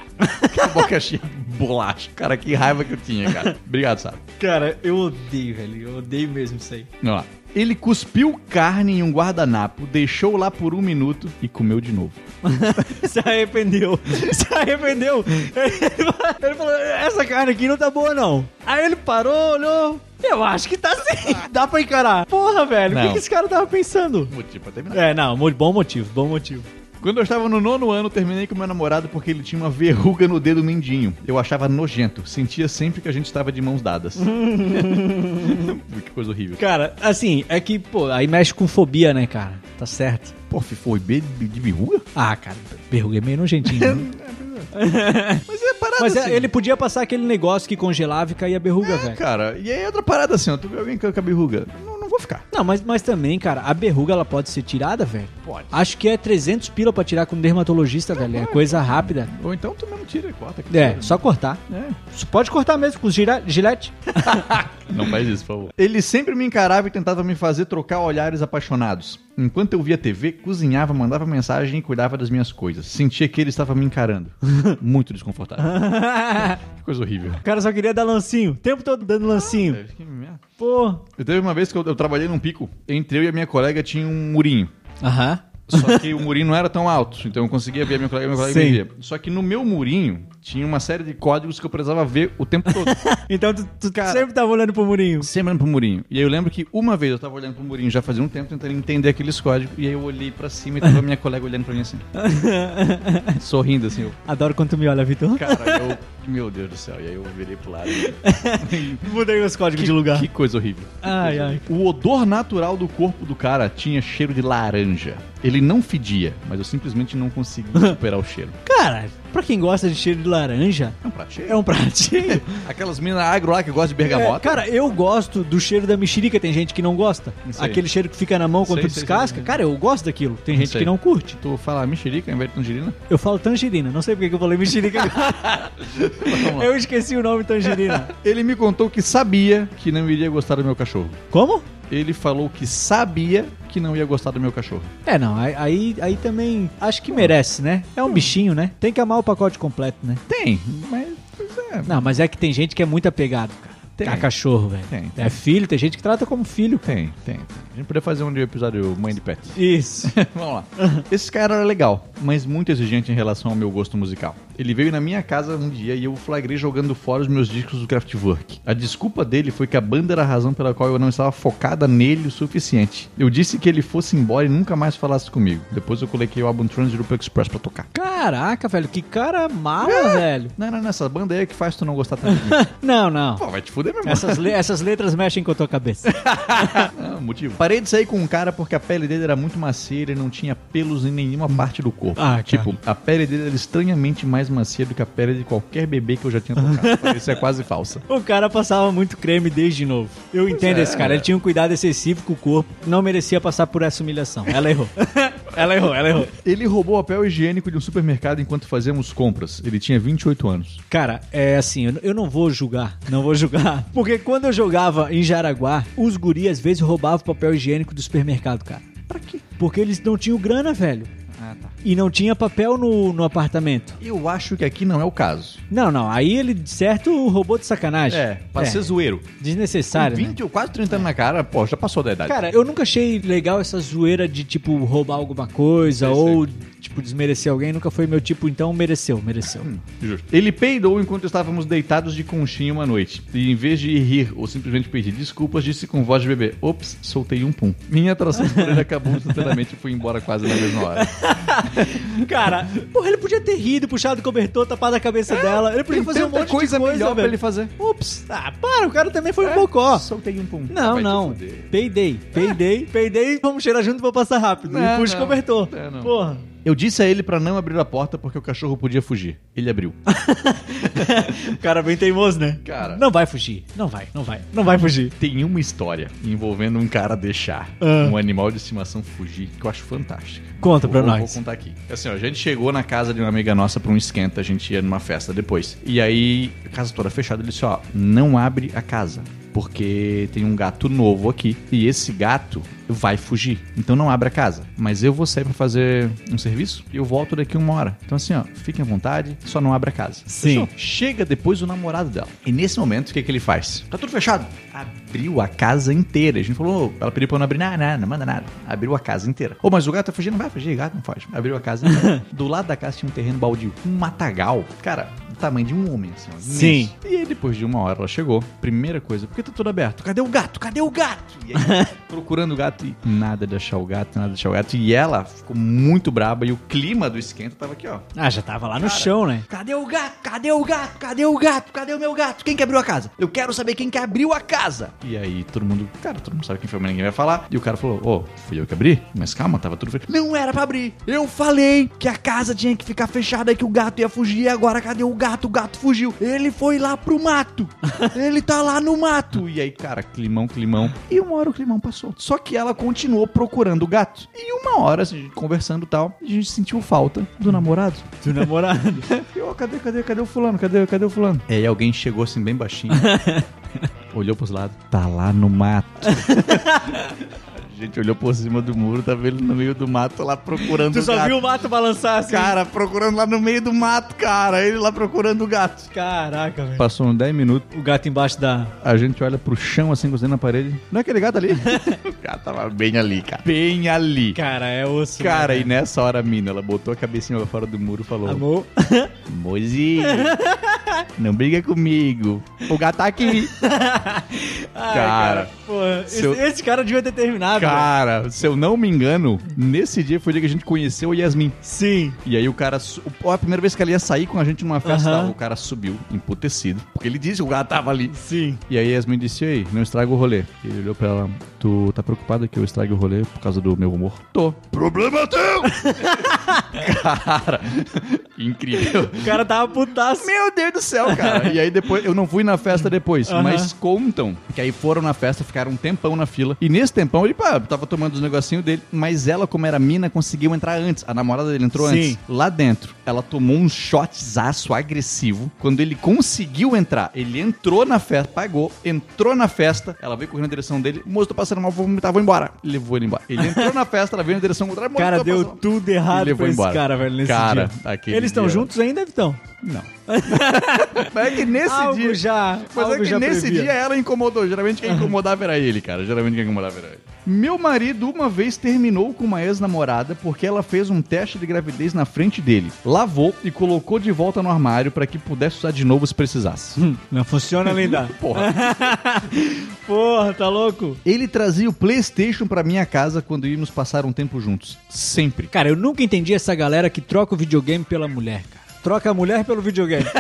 S2: Com a boca cheia de bolacha. Cara, que raiva que eu tinha, cara. Obrigado, Sara.
S1: Cara, eu odeio, velho. Eu odeio mesmo isso aí.
S2: Vamos lá. Ele cuspiu carne em um guardanapo, deixou lá por um minuto e comeu de novo.
S1: Se arrependeu. Se arrependeu. Ele falou, essa carne aqui não tá boa, não. Aí ele parou, olhou. Eu acho que tá sim. Dá pra encarar. Porra, velho. O que,
S2: Não.
S1: que esse cara tava pensando?
S2: Motivo pra terminar.
S1: É, não, mo- bom motivo, bom motivo.
S2: Quando eu estava no nono ano, terminei com meu namorado porque ele tinha uma verruga no dedo mindinho. Eu achava nojento. Sentia sempre que a gente estava de mãos dadas. que coisa horrível.
S1: Cara, assim, é que, pô, aí mexe com fobia, né, cara? Tá certo.
S2: Pô, foi B de, de verruga?
S1: Ah, cara, verruguei meio nojentinho. né?
S2: Mas é parada
S1: Mas é,
S2: assim. É,
S1: ele podia passar aquele negócio que congelava e caía a verruga, velho.
S2: Cara, e aí outra parada assim, ó. Tu vê alguém com a verruga? Não, não vou vou ficar.
S1: Não, mas, mas também, cara, a berruga ela pode ser tirada, velho.
S2: Pode.
S1: Acho que é 300 pila pra tirar com um dermatologista, velho. É coisa rápida.
S2: Ou então tu mesmo tira e corta. que
S1: É,
S2: tira,
S1: só cortar.
S2: né?
S1: Você pode cortar mesmo com gira- gilete.
S2: É. Não faz isso, por favor. Ele sempre me encarava e tentava me fazer trocar olhares apaixonados. Enquanto eu via TV, cozinhava, mandava mensagem e cuidava das minhas coisas. Sentia que ele estava me encarando. Muito desconfortável. Que coisa horrível.
S1: o cara só queria dar lancinho. O tempo todo dando lancinho.
S2: É, Que merda.
S1: Pô.
S2: Eu teve uma vez que eu, eu trabalhei num pico. Entre eu e a minha colega tinha um murinho.
S1: Aham.
S2: Só que o murinho não era tão alto, então eu conseguia ver a minha colega, minha colega
S1: Sei.
S2: me via. Só que no meu murinho tinha uma série de códigos que eu precisava ver o tempo todo.
S1: Então tu, tu
S2: Cara.
S1: sempre tava olhando pro murinho.
S2: sempre olhando pro murinho. E aí eu lembro que uma vez eu tava olhando pro murinho já fazia um tempo tentando entender aqueles códigos. E aí eu olhei pra cima e tava a minha colega olhando pra mim assim. sorrindo assim. Eu,
S1: Adoro quando tu me olha, Vitor.
S2: cara, eu. Meu Deus do céu. E aí eu virei pro lado.
S1: Mudei os códigos de lugar.
S2: Que coisa horrível.
S1: Ai, ai.
S2: O odor natural do corpo do cara tinha cheiro de laranja. Ele não fedia, mas eu simplesmente não conseguia superar o cheiro.
S1: Cara, pra quem gosta de cheiro de laranja,
S2: É um prato cheio.
S1: é um pratinho.
S2: Aquelas minas agro lá que gostam de bergamota.
S1: É, cara, eu gosto do cheiro da mexerica, tem gente que não gosta.
S2: Sei.
S1: Aquele cheiro que fica na mão quando
S2: Sei,
S1: tu
S2: sei,
S1: descasca.
S2: sei.
S1: Cara, eu gosto daquilo. Tem gente
S2: Sei.
S1: que não curte.
S2: Tu fala mexerica ao invés de tangerina?
S1: Eu falo tangerina, não sei porque que eu falei mexerica.
S2: Então, Vamos lá.
S1: eu esqueci o nome tangerina.
S2: Ele me contou que sabia que não iria gostar do meu cachorro.
S1: Como?
S2: Ele falou que sabia que não ia gostar do meu cachorro.
S1: É, não, aí- aí, aí também acho que merece, né? É um bichinho, né? Tem que amar o pacote completo, né?
S2: Tem, mas pois é.
S1: Não, mas é que tem gente que é muito apegado, cara.
S2: Tem.
S1: A cachorro, velho.
S2: Tem, tem.
S1: É filho, tem gente que trata como filho.
S2: Tem, tem, tem. A gente poderia fazer um de episódio Mãe de Pet.
S1: Isso.
S2: Vamos lá. Esse cara era legal, mas muito exigente em relação ao meu gosto musical. Ele veio na minha casa um dia e eu flagrei jogando fora os meus discos do Kraftwerk. A desculpa dele foi que a banda era a razão pela qual eu não estava focada nele o suficiente. Eu disse que ele fosse embora e nunca mais falasse comigo. Depois eu coloquei o álbum Trans Europe Express pra tocar.
S1: Caraca, velho, que cara mala, velho.
S2: Não, não, não, essa banda aí é que faz tu não gostar tanto de mim.
S1: Não, não.
S2: Pô, vai te fuder, meu irmão.
S1: Essas, le- essas letras mexem com a tua cabeça.
S2: Ah, motivo. Parei de sair com um cara porque a pele dele era muito macia e ele não tinha pelos em nenhuma parte do corpo.
S1: Ah, cara.
S2: tipo, a pele dele era estranhamente mais macia do que a pele de qualquer bebê que eu já tinha tocado. Isso é quase falsa.
S1: O cara passava muito creme desde novo. Eu
S2: é.
S1: entendo esse cara. Ele tinha um cuidado excessivo com o corpo. Não merecia passar por essa humilhação. Ela errou. ela errou, ela errou.
S2: Ele roubou papel higiênico de um supermercado enquanto fazíamos compras. Ele tinha 28 anos.
S1: Cara, é assim, eu- eu não vou julgar. Não vou julgar. Porque quando eu jogava em Jaraguá, os guris às vezes roubavam papel higiênico do supermercado, cara.
S2: Pra quê?
S1: Porque eles não tinham grana, velho.
S2: Ah, tá.
S1: E não tinha papel no, no apartamento.
S2: Eu acho que aqui não é o caso.
S1: Não, não. Aí ele, de certo, roubou de sacanagem.
S2: É, pra ser zoeiro.
S1: Desnecessário.
S2: Com
S1: né?
S2: 20 ou quase 30 anos na cara, pô, já passou da idade.
S1: Cara, eu nunca achei legal essa zoeira de, tipo, roubar alguma coisa
S2: Sei,
S1: ou, tipo, desmerecer alguém. Nunca foi meu tipo, então mereceu, mereceu.
S2: Justo. Ele peidou enquanto estávamos deitados de conchinha uma noite. E em vez de rir ou simplesmente pedir desculpas, disse com voz de bebê: Ops, soltei um pum. Minha atração por ele acabou instantaneamente e fui embora quase na mesma hora.
S1: Cara, porra, ele podia ter rido, puxado o cobertor, tapado a cabeça
S2: É,
S1: dela. Ele podia
S2: Tem
S1: fazer um
S2: tanta
S1: monte de coisa,
S2: melhor pra
S1: velho.
S2: ele fazer.
S1: Ups, ah, para, o cara também foi um bocó.
S2: Soltei um pum.
S1: Não,
S2: Vai te
S1: não.
S2: fuder.
S1: Peidei, peidei, peidei. Vamos cheirar junto pra passar rápido.
S2: Não,
S1: e puxa
S2: não.
S1: o cobertor.
S2: É, não.
S1: Porra.
S2: Eu disse a ele pra não abrir a porta porque o cachorro podia fugir. Ele abriu.
S1: O cara bem teimoso, né?
S2: Cara.
S1: Não vai fugir. Não vai, não vai. Não vai fugir.
S2: Tem uma história envolvendo um cara deixar
S1: Ah.
S2: um animal de estimação fugir que eu acho fantástica.
S1: Conta pra
S2: Vou-
S1: nós.
S2: Vou contar aqui. Assim, ó, a gente chegou na casa de uma amiga nossa pra um esquenta, a gente ia numa festa depois. E aí, a casa toda fechada, ele disse, ó, não abre a casa. Porque tem um gato novo aqui e esse gato vai fugir. Então não abre a casa. Mas eu vou sair pra fazer um serviço e eu volto daqui uma hora. Então assim, ó, fiquem à vontade, só não abre a casa.
S1: Sim.
S2: Fechou? Chega depois o namorado dela. E nesse momento, o que, que ele faz? Tá tudo fechado. Abriu a casa inteira. A gente falou, ela pediu pra eu não abrir nada, não, não manda nada. Abriu a casa inteira. Ô, mas o gato tá fugindo, não vai fugir, gato não foge. Abriu a casa inteira. Do lado da casa tinha um terreno baldio, um matagal. Cara, do tamanho de um homem, assim, ó, imenso.
S1: Sim.
S2: E aí, depois de uma hora, ela chegou. Primeira coisa, por que tá tudo aberto? Cadê o gato? Cadê o gato? E aí, procurando o gato e nada de achar o gato, nada de achar o gato. E ela ficou muito braba e o clima do esquenta tava aqui, ó.
S1: Ah, já tava lá no chão, né?
S2: Cadê o gato? Cadê o gato? Cadê o gato? Cadê o meu gato? Quem que abriu a casa? Eu quero saber quem que abriu a casa. E aí todo mundo, cara, todo mundo sabe quem foi, mas ninguém vai falar. E o cara falou, ô, fui eu que abri? Mas calma, tava tudo fechado. Não era pra abrir. Eu falei que a casa tinha que ficar fechada e que o gato ia fugir. E agora cadê o gato, o gato fugiu. Ele foi lá pro mato. Ele tá lá no mato. E aí, cara, climão, climão. E uma hora o climão passou. Só que ela continuou procurando o gato. E uma hora, assim, conversando e tal, a gente sentiu falta do namorado.
S1: Do namorado.
S2: E, ó, cadê, cadê, cadê o fulano? Cadê, cadê o fulano? E aí alguém chegou assim bem baixinho. olhou pros lados. Tá lá no mato. A gente olhou por cima do muro, tava ele no meio do mato lá procurando
S1: tu
S2: o
S1: só
S2: gato.
S1: viu o mato balançar assim.
S2: Cara, procurando lá no meio do mato, cara. Ele lá procurando o gato.
S1: Caraca, velho.
S2: Passou uns 10 minutos,
S1: O gato embaixo da.
S2: a gente olha pro chão assim, cozinhando na parede. Não é aquele gato ali? o gato tava bem ali, cara. Bem ali.
S1: Cara, é osso.
S2: Cara,
S1: né,
S2: e nessa hora a mina, ela botou a cabecinha lá fora do muro e falou:
S1: velho? Amor.
S2: Mozinho, não briga comigo. O gato tá aqui.
S1: Ai,
S2: Cara,
S1: porra, esse,
S2: seu-
S1: esse cara devia ter terminado. velho.
S2: Cara, se eu não me engano, nesse dia foi o dia que a gente conheceu a Yasmin.
S1: Sim.
S2: E aí o cara. su- Ó, A primeira vez que ela ia sair com a gente numa festa,
S1: Aham.
S2: o cara subiu, emputecido. Porque ele disse que o gato tava ali.
S1: Sim.
S2: E aí Yasmin disse, ei, não estraga o rolê. Ele olhou pra ela, tu tá preocupada que eu estrague o rolê por causa do meu humor? Tô. Problema teu! cara, incrível.
S1: O cara tava putaço.
S2: Meu Deus do céu, cara. E aí depois, eu não fui na festa depois,
S1: Aham.
S2: mas contam que aí foram na festa, ficaram um tempão na fila. E nesse tempão ele, pá, tava tomando os negocinhos dele, mas ela, como era mina, conseguiu entrar antes. A namorada dele entrou
S1: Sim.
S2: antes. Lá dentro, ela tomou um shotzaço agressivo. Quando ele conseguiu entrar, ele entrou na festa, pagou, entrou na festa, ela veio correndo na direção dele, o moço, tô passando mal, vou vomitar, vou embora. Ele levou ele embora. Ele entrou na festa, ela veio na direção contrária, moço,
S1: Cara,
S2: tô
S1: deu
S2: tá passando mal.
S1: tudo errado
S2: Ele
S1: pra
S2: foi
S1: esse
S2: embora.
S1: cara, velho, nesse
S2: Cara,
S1: dia.
S2: aquele
S1: Eles estão
S2: dia-
S1: juntos ainda, Vitão?
S2: Não. Mas é que nesse
S1: algo
S2: dia...
S1: já.
S2: Mas
S1: algo
S2: é que
S1: já
S2: nesse
S1: previa.
S2: dia ela incomodou. Geralmente quem incomodava era ele, cara. Geralmente quem incomodava era ele. Meu marido uma vez terminou com uma ex-namorada porque ela fez um teste de gravidez na frente dele. Lavou e colocou de volta no armário pra que pudesse usar de novo se precisasse.
S1: Hum, não funciona, linda.
S2: Porra.
S1: Porra, tá louco?
S2: Ele trazia o PlayStation pra minha casa quando íamos passar um tempo juntos. Sempre.
S1: Cara, eu nunca entendi essa galera que troca o videogame pela mulher, cara. Troca a mulher pelo videogame.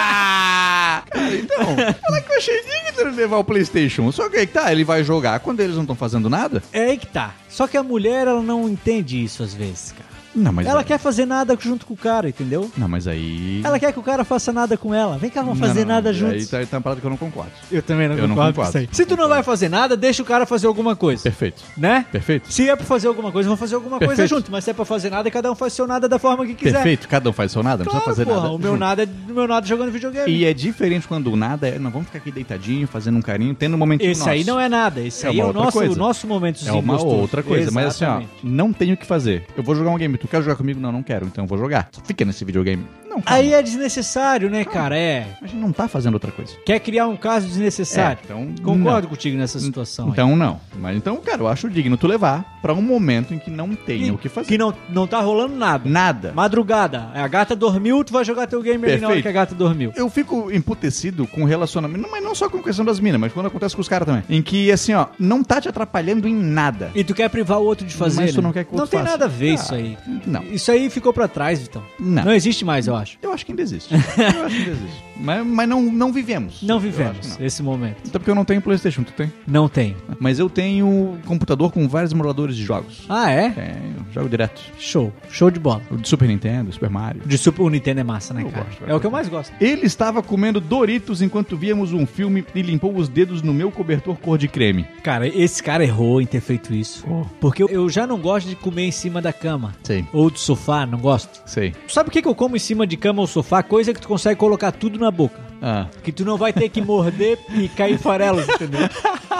S2: Cara, então, ela que eu achei digno de levar o PlayStation. Só que aí que tá, ele vai jogar quando eles não estão fazendo nada?
S1: é aí que tá. Só que a mulher, ela não entende isso às vezes, cara.
S2: Não, mas.
S1: ela
S2: aí-
S1: quer fazer nada junto com o cara, entendeu?
S2: Não, mas aí.
S1: Ela quer que o cara faça nada com ela. Vem cá, vamos fazer nada
S2: Aí
S1: juntos.
S2: tá, tá uma parada que eu não concordo.
S1: Eu também não
S2: Eu não
S1: concordo com isso
S2: concordo.
S1: aí. Se tu não vai fazer nada, deixa o cara fazer alguma coisa,
S2: Perfeito.
S1: né?
S2: Perfeito?
S1: Se é pra fazer alguma coisa, vão fazer alguma coisa
S2: Perfeito.
S1: junto. Mas se é pra fazer nada, cada um faz seu nada da forma que quiser.
S2: Perfeito. Cada um faz seu nada, não
S1: Claro,
S2: precisa fazer
S1: porra,
S2: nada.
S1: O meu nada é o meu nada jogando videogame.
S2: E é diferente quando o nada é. Não, vamos ficar aqui deitadinho, fazendo um carinho, tendo um momentinho
S1: Esse
S2: nosso.
S1: aí não é nada. Esse
S2: É
S1: aí é
S2: uma
S1: o
S2: outra
S1: nosso,
S2: coisa.
S1: o nosso momento
S2: É uma outra coisa, mas assim, ó, não tenho o que fazer. Eu vou jogar um game, tu quer jogar comigo? Não, não quero, então eu vou jogar. Só fica nesse videogame. Não, calma.
S1: Aí é desnecessário, né,
S2: Tá.
S1: cara? É.
S2: A gente não tá fazendo outra coisa.
S1: Quer criar um caso desnecessário.
S2: É, então,
S1: Concordo contigo nessa situação. aí.
S2: Então não. Mas então, cara, eu acho digno tu levar pra um momento em que não tenha
S1: Que-
S2: o que fazer.
S1: Que não, não tá rolando nada.
S2: então, Nada.
S1: Madrugada. A gata dormiu, tu vai jogar teu game ali na hora
S2: Perfeito.
S1: que a gata dormiu.
S2: Eu fico emputecido com relacionamento, não, mas não só com questão das minas, mas quando acontece com os caras também. Em que, assim, ó, não tá te atrapalhando em nada.
S1: E tu quer privar o outro de fazer.
S2: Mas tu
S1: né?
S2: não quer que o
S1: Não
S2: outro
S1: tem
S2: faça.
S1: nada a ver
S2: Ah,
S1: isso aí.
S2: não.
S1: Isso aí ficou pra trás, Vitão.
S2: Não.
S1: Não existe mais, eu acho.
S2: Eu acho que ainda existe. Eu acho que ainda existe. Mas, mas não, não vivemos.
S1: Não
S2: Eu
S1: vivemos
S2: acho que não.
S1: esse momento.
S2: Até porque eu não tenho Playstation, tu tem?
S1: Não tem.
S2: Mas eu tenho computador com vários emuladores de jogos.
S1: Ah, é?
S2: Tenho, jogo direto.
S1: Show. Show de bola.
S2: O de Super Nintendo, Super Mario.
S1: De Super o Nintendo é massa, né,
S2: Eu
S1: cara?
S2: gosto,
S1: é o que eu mais gosto.
S2: Ele estava comendo Doritos enquanto víamos um filme e limpou os dedos no meu cobertor cor de creme.
S1: Cara, esse cara errou em ter feito isso.
S2: Oh.
S1: Porque eu já não gosto de comer em cima da cama.
S2: Sei,
S1: Ou do sofá, não gosto.
S2: sei.
S1: Sabe o que, que eu como em cima de cama ou sofá? Coisa que tu consegue colocar tudo na boca.
S2: Ah.
S1: Que tu não vai ter que morder e cair farelos, entendeu?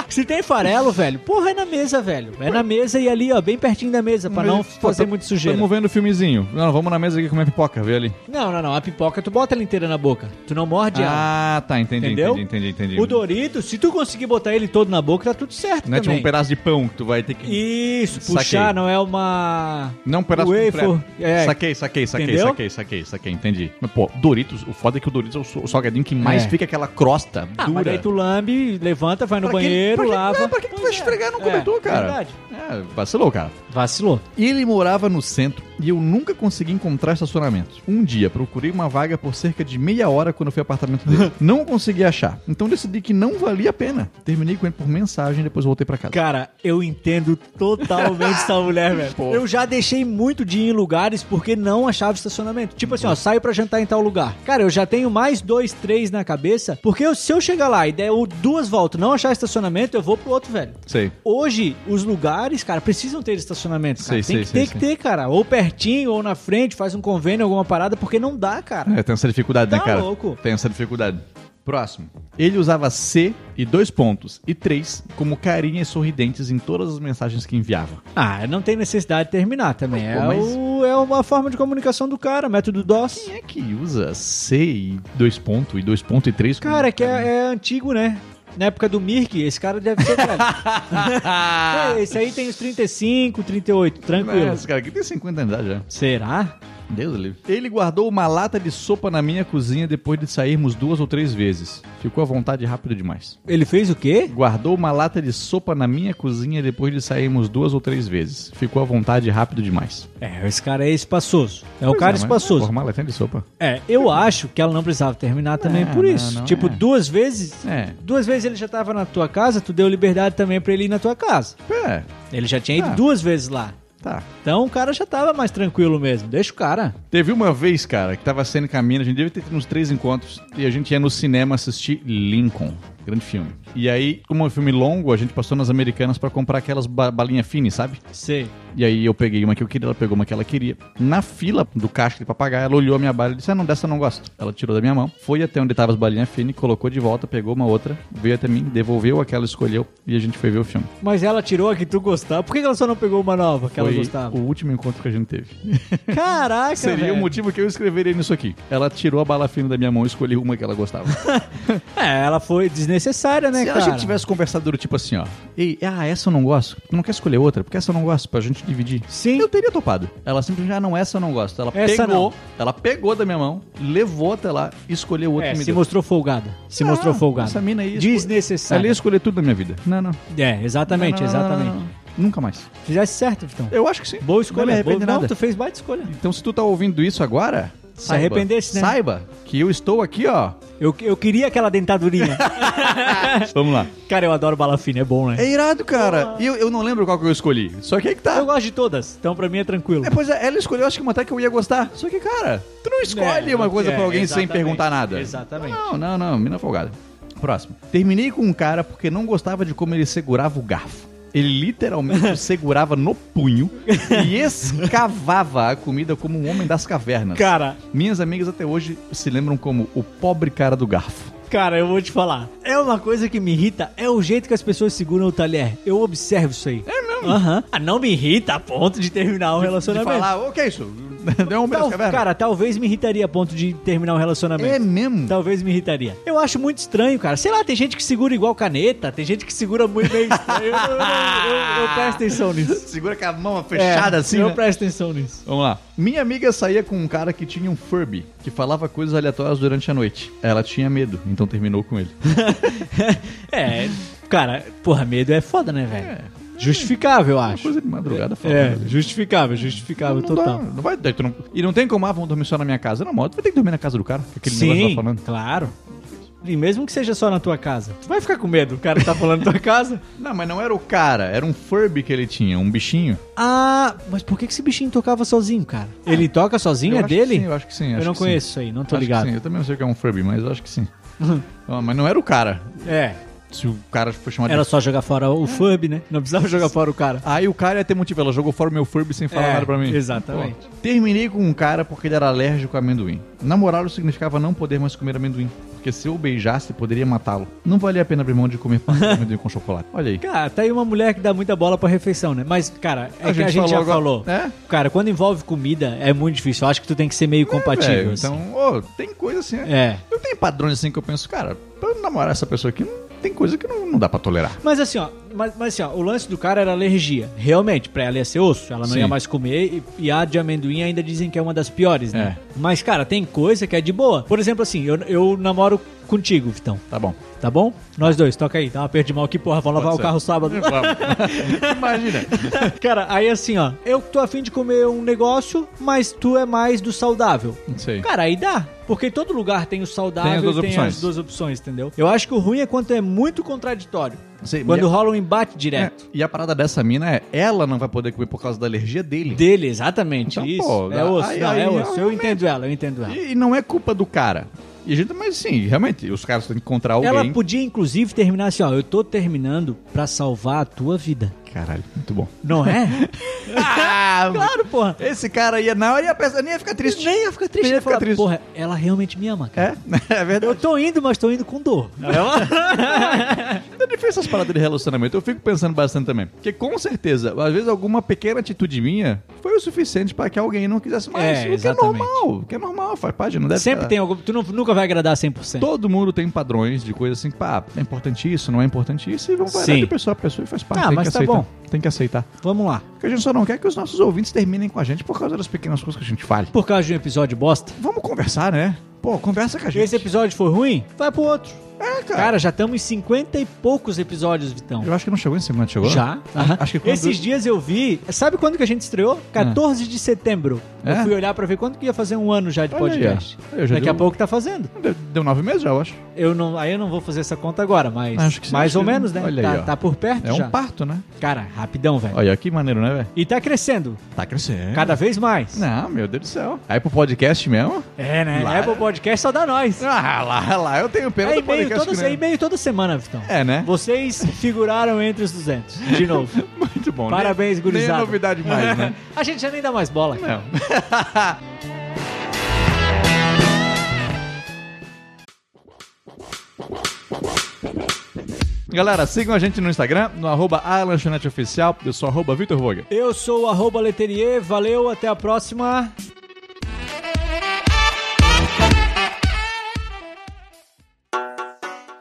S1: Se tem farelo, velho, porra, é na mesa, velho. É na mesa e ali, ó, bem pertinho da mesa, pra não
S2: Mas, pô,
S1: fazer
S2: tá-
S1: muito sujeira.
S2: Tamo vendo o filmezinho. Não, vamos na mesa aqui comer pipoca, vê ali.
S1: Não, não, não. A pipoca tu bota ela inteira na boca. Tu não morde ela.
S2: Ah, tá, entendi,
S1: Entendeu?
S2: entendi, entendi, entendi.
S1: O Dorito, se tu conseguir botar ele todo na boca, tá tudo certo
S2: Não é tipo
S1: também.
S2: um pedaço de pão que tu vai ter que...
S1: Isso,
S2: Saquei.
S1: puxar não é uma...
S2: Não um pedaço
S1: Wafer,
S2: completo.
S1: é.
S2: Saquei, saquei, saquei,
S1: Entendeu?
S2: saquei, saquei, saquei, entendi. Mas, pô, Doritos, o foda é que o Doritos é o so- o salgadinho que mais
S1: É.
S2: fica aquela crosta
S1: Ah, mas
S2: dura.
S1: daí tu lambe, levanta, vai no
S2: Pra aquele-
S1: banheiro. pulava.
S2: Pra, pra que tu
S1: Pois
S2: vai
S1: é.
S2: esfregar no
S1: É,
S2: cobertor, cara?
S1: verdade.
S2: É, vacilou, cara.
S1: Vacilou.
S2: E ele morava no centro e eu nunca consegui encontrar estacionamento. Um dia procurei uma vaga por cerca de meia hora quando eu fui ao apartamento dele. não consegui achar. Então decidi que não valia a pena. Terminei com ele por mensagem e depois voltei pra casa.
S1: Cara, eu entendo totalmente essa mulher, velho.
S2: Pô.
S1: Eu já deixei muito de ir em lugares porque não achava estacionamento. Tipo
S2: Uhum.
S1: assim, ó, saio pra jantar em tal lugar. Cara, eu já tenho mais dois, três na cabeça, porque eu- se eu chegar lá e der o- duas voltas e não achar estacionamento, eu vou pro outro, velho.
S2: Sei.
S1: Hoje, os lugares, cara, precisam ter estacionamento, cara.
S2: Sei,
S1: tem que
S2: sei,
S1: ter
S2: sei,
S1: que ter, cara. Ou pertinho, ou na frente, faz um convênio, alguma parada, porque não dá, cara.
S2: É, tem essa dificuldade, né,
S1: Tá
S2: cara?
S1: louco.
S2: Tem essa dificuldade. Próximo. Ele usava C e dois pontos e três como carinhas sorridentes em todas as mensagens que enviava.
S1: Ah, não tem necessidade de terminar também.
S2: Pô, mas-
S1: É, o- é uma forma de comunicação do cara, método DOS.
S2: Quem é que usa C e dois pontos e dois pontos e três? como
S1: Cara, é que
S2: carinha?
S1: é, é antigo, né? Na época do Mirk, esse cara deve ser velho. É, esse aí tem os 35, 38, tranquilo.
S2: Nossa, cara, aqui tem 50 anos já.
S1: Será?
S2: Deus livre. Ele guardou uma lata de sopa na minha cozinha depois de sairmos duas ou três vezes. Ficou à vontade rápido demais.
S1: Ele fez o quê?
S2: Guardou uma lata de sopa na minha cozinha depois de sairmos duas ou três vezes. Ficou à vontade rápido demais.
S1: É, esse cara é espaçoso. É um
S2: Pois
S1: cara
S2: mas,
S1: espaçoso.
S2: Porra, uma latinha de sopa.
S1: É, eu acho que ela não precisava terminar também
S2: Não,
S1: por
S2: não,
S1: isso.
S2: não,
S1: tipo,
S2: é.
S1: duas vezes.
S2: É.
S1: Duas vezes ele já tava na tua casa, tu deu liberdade também pra ele ir na tua casa.
S2: É,
S1: Ele já tinha ido
S2: Ah.
S1: duas vezes lá.
S2: tá.
S1: Então o cara já tava mais tranquilo mesmo. Deixa o cara.
S2: Teve uma vez, cara, que tava sendo caminho, a gente deve ter tido uns três encontros, e a gente ia no cinema assistir Lincoln. Grande filme. E aí, como é um filme longo, a gente passou nas americanas pra comprar aquelas ba balinhas finas, sabe?
S1: Sei.
S2: E aí eu peguei uma que eu queria, ela pegou uma que ela queria. Na fila do caixa de papagaio, ela olhou a minha bala e disse: Ah, não, dessa eu não gosto. Ela tirou da minha mão, foi até onde tava as balinhas finas, colocou de volta, pegou uma outra, veio até mim, devolveu aquela, escolheu, e a gente foi ver o filme.
S1: Mas ela tirou a que tu gostava. Por que que ela só não pegou uma nova que ela
S2: foi
S1: gostava?
S2: o último encontro que a gente teve.
S1: Caraca,
S2: Seria um
S1: velho.
S2: o motivo que eu escreveria nisso aqui. Ela tirou a bala fina da minha mão e escolheu uma que ela gostava.
S1: É, ela foi desnecessária, né,
S2: Se
S1: cara?
S2: É, a gente tivesse conversado do tipo assim, ó. Ei, ah, essa eu não gosto. Tu não quer escolher outra? Porque essa eu não gosto, pra gente dividir.
S1: Sim.
S2: Eu teria topado. Ela simplesmente, ah, não, essa eu não gosto. Ela
S1: Essa
S2: pegou,
S1: não.
S2: ela pegou da minha mão, levou até lá, escolheu outra
S1: É,
S2: e me
S1: se
S2: deu.
S1: mostrou folgada. Se mostrou
S2: Ah,
S1: folgada.
S2: Essa mina aí. Ela
S1: Desnecessária.
S2: ia escolher tudo na minha vida. Não, não.
S1: É, exatamente,
S2: Não, não, não, não,
S1: exatamente.
S2: não, não. Nunca mais.
S1: Fizesse certo, então.
S2: Eu acho que sim.
S1: Boa escolha.
S2: Não me arrependo
S1: boa...
S2: de nada.
S1: Não, tu fez baita escolha.
S2: Então, se tu tá ouvindo isso agora. Saiba,
S1: Arrepender-se, né?
S2: Saiba que eu estou aqui, ó.
S1: Eu, eu queria aquela dentadurinha.
S2: Vamos lá.
S1: cara, eu adoro bala fina, é bom, né?
S2: É irado, cara. E eu, eu não lembro qual que eu escolhi. Só que aí que tá.
S1: Eu gosto de todas, então pra mim é tranquilo.
S2: É, pois é, ela escolheu, acho que uma até que eu ia gostar. Só que, cara, tu não escolhe
S1: É,
S2: uma coisa
S1: é,
S2: pra alguém sem
S1: exatamente,
S2: perguntar nada.
S1: exatamente.
S2: Não, não, não, mina folgada. Próximo. Terminei com um cara porque não gostava de como ele segurava o garfo. Ele literalmente o segurava no punho e escavava a comida como um homem das cavernas.
S1: Cara,
S2: Minhas amigas até hoje se lembram como o pobre cara do garfo.
S1: cara, eu vou te falar. É uma coisa que me irrita, é o jeito que as pessoas seguram o talher. Eu observo isso aí. É mesmo? Aham. Ah, não me irrita a ponto de terminar o
S2: De
S1: relacionamento.
S2: falar, o que é isso? Não é um homem das
S1: Tal-
S2: cavernas?
S1: Tá cara, talvez me irritaria a ponto de terminar o relacionamento.
S2: é mesmo?
S1: Talvez me irritaria. Eu acho muito estranho, cara. Sei lá, tem gente que segura igual caneta, tem gente que segura muito meio estranho. Eu, eu- eu- eu presto atenção nisso.
S2: Segura com a mão fechada
S1: É,
S2: assim,
S1: Eu
S2: né?
S1: presto atenção nisso.
S2: Vamos lá. Minha amiga saía com um cara que tinha um Furby, que falava coisas aleatórias durante a noite. Ela tinha medo, então terminou com ele.
S1: É, cara, porra, medo é foda, né, velho? Justificável, eu acho.
S2: Coisa de madrugada
S1: É,
S2: falando.
S1: justificável, justificável
S2: Não, dá,
S1: total.
S2: não vai, daí tu não- e não tem como, ah, vão dormir só na minha casa. Não, modo, tu vai ter que dormir na casa do cara, que aquele negócio lá
S1: Sim,
S2: falando.
S1: claro. E mesmo que seja só na tua casa, tu vai ficar com medo, o cara tá falando na tua casa.
S2: Não, mas não era o cara, era um Furby que ele tinha, um bichinho.
S1: Ah, mas por que que esse bichinho tocava sozinho, cara? Ele toca sozinho,
S2: Eu
S1: é
S2: acho que
S1: dele?
S2: sim, eu acho que sim.
S1: Eu
S2: acho
S1: não
S2: que sim.
S1: conheço isso aí, não tô
S2: Acho que
S1: ligado.
S2: sim, eu também não sei o que é um Furby, mas eu acho que sim. Ah, mas não era o cara.
S1: É,
S2: Se o cara foi chamado
S1: era
S2: de...
S1: só jogar fora o Fub, né? Não precisava jogar fora o cara.
S2: Aí o cara ia ter motivo, ela jogou fora o meu Furby sem falar
S1: É,
S2: nada pra mim.
S1: exatamente.
S2: Pô. Terminei com um cara porque ele era alérgico a amendoim. Namorá-lo significava não poder mais comer amendoim, porque se eu beijasse, poderia matá-lo. Não valia a pena abrir mão de comer pasta de amendoim com chocolate. Olha aí.
S1: Cara, tá aí uma mulher que dá muita bola pra refeição, né? Mas, cara, é
S2: A
S1: que a
S2: gente
S1: gente
S2: falou
S1: já
S2: agora-
S1: falou.
S2: É?
S1: Cara, quando envolve comida, é muito difícil. Eu acho que tu tem que ser meio compatível.
S2: Velho,
S1: assim.
S2: então, ô, tem coisa assim, né?
S1: É.
S2: Eu tenho padrões assim que eu penso, cara, pra eu namorar essa pessoa aqui, não- tem coisa que não, não dá pra tolerar.
S1: Mas assim, ó, mas, mas assim, ó, o lance do cara era alergia. Realmente, pra ela ia ser osso, ela não
S2: Sim.
S1: ia mais comer. E, e a de amendoim ainda dizem que é uma das piores, né?
S2: É.
S1: Mas, cara, tem coisa que é de boa. Por exemplo, assim, eu, eu namoro contigo, Vitão.
S2: Tá bom.
S1: tá bom? Nós dois, toca aí, dá uma perda de mal aqui, porra, vamos lavar
S2: Pode
S1: o
S2: ser.
S1: carro sábado.
S2: Imagina.
S1: Cara, aí assim, ó, eu tô afim de comer um negócio, mas tu é mais do saudável.
S2: Não sei.
S1: Cara, aí dá. Porque em todo lugar tem o saudável
S2: Tem as
S1: e
S2: duas
S1: tem
S2: opções.
S1: as duas opções, entendeu? Eu acho que o ruim é quando é muito contraditório.
S2: Sei,
S1: Quando
S2: e a-
S1: rola um embate
S2: é,
S1: direto.
S2: e a parada dessa mina é, ela não vai poder comer por causa da alergia dele.
S1: Dele, exatamente.
S2: Então,
S1: isso.
S2: pô,
S1: é osso,
S2: aí-
S1: não,
S2: aí
S1: é osso. Eu
S2: realmente-
S1: entendo ela, eu entendo ela.
S2: E, e não é culpa do cara. E a gente, mas sim, realmente, os caras têm que encontrar alguém.
S1: Ela podia, inclusive, terminar assim, ó. Eu tô terminando pra salvar a tua vida.
S2: Caralho, muito bom. Ah,
S1: Não é? claro, porra.
S2: Esse cara é ia na hora e a pessoa nem ia ficar triste.
S1: Nem ia ficar triste.
S2: Nem ia
S1: ia falar,
S2: ficar triste.
S1: Porra, ela realmente me ama, cara.
S2: É, é
S1: Eu
S2: verdade.
S1: tô indo, mas tô indo com dor.
S2: É difícil essas paradas de relacionamento. Eu fico pensando bastante também. Porque com certeza, às vezes alguma pequena atitude minha foi o suficiente pra que alguém não quisesse mais.
S1: É,
S2: o que é
S1: exatamente.
S2: normal. O que é normal, faz parte, não deve
S1: Sempre
S2: tá-
S1: tem um- algum... Tu não- nunca vai agradar 100%.
S2: Todo mundo tem padrões de coisas assim, pá, é importante isso, não é importante isso, e vão variar
S1: Sim.
S2: de pessoa a pessoa e faz parte.
S1: Ah,
S2: tem
S1: mas
S2: que
S1: tá
S2: aceitar.
S1: bom.
S2: Tem que aceitar.
S1: Vamos lá.
S2: Porque a gente só não quer que os nossos ouvintes terminem com a gente por causa das pequenas coisas que a gente fale.
S1: Por causa de um episódio bosta.
S2: Vamos conversar, né? Pô, conversa com a gente.
S1: Esse episódio foi ruim? Vai pro outro.
S2: É, cara.
S1: Cara, já estamos em 50 e poucos episódios, Vitão.
S2: Eu acho que não chegou em cima, chegou?
S1: Já. Aham.
S2: Acho que quando-
S1: Esses dias eu vi. Sabe quando que a gente estreou? 14 de setembro.
S2: Ah. É?
S1: Eu fui olhar pra ver quanto que ia fazer um ano já de
S2: Olha
S1: podcast.
S2: aí, ó. Eu já
S1: Daqui
S2: deu- um-
S1: a pouco tá fazendo.
S2: Deu, deu nove meses já, eu acho.
S1: Eu não, aí eu não vou fazer essa conta agora, mas
S2: Acho que sim,
S1: mais
S2: acho
S1: ou
S2: que-
S1: menos, né?
S2: olha
S1: tá,
S2: aí, ó.
S1: tá por perto
S2: É um
S1: já.
S2: parto, né?
S1: Cara, rapidão, velho.
S2: Olha, que maneiro, né, velho?
S1: E tá crescendo
S2: Tá crescendo.
S1: cada vez mais.
S2: Não, meu Deus do céu. Aí pro podcast mesmo?
S1: É, né?
S2: Né? Lá-
S1: Apple Podcast só dá nós.
S2: Ah, lá, lá, eu tenho pena
S1: É
S2: do
S1: e-mail
S2: podcast.
S1: toda,
S2: que
S1: é e-mail toda semana, Vitão.
S2: É, né?
S1: Vocês figuraram entre os 200. De novo.
S2: Muito bom.
S1: Parabéns,
S2: nem, nem é
S1: gurizada.
S2: novidade mais, né?
S1: A gente já nem dá mais bola. cara.
S2: Não. Galera, sigam a gente no Instagram, no arroba a lanchonete oficial. Eu sou arroba Vitor Vogel.
S1: Eu sou o arroba Leterier, valeu, até a próxima.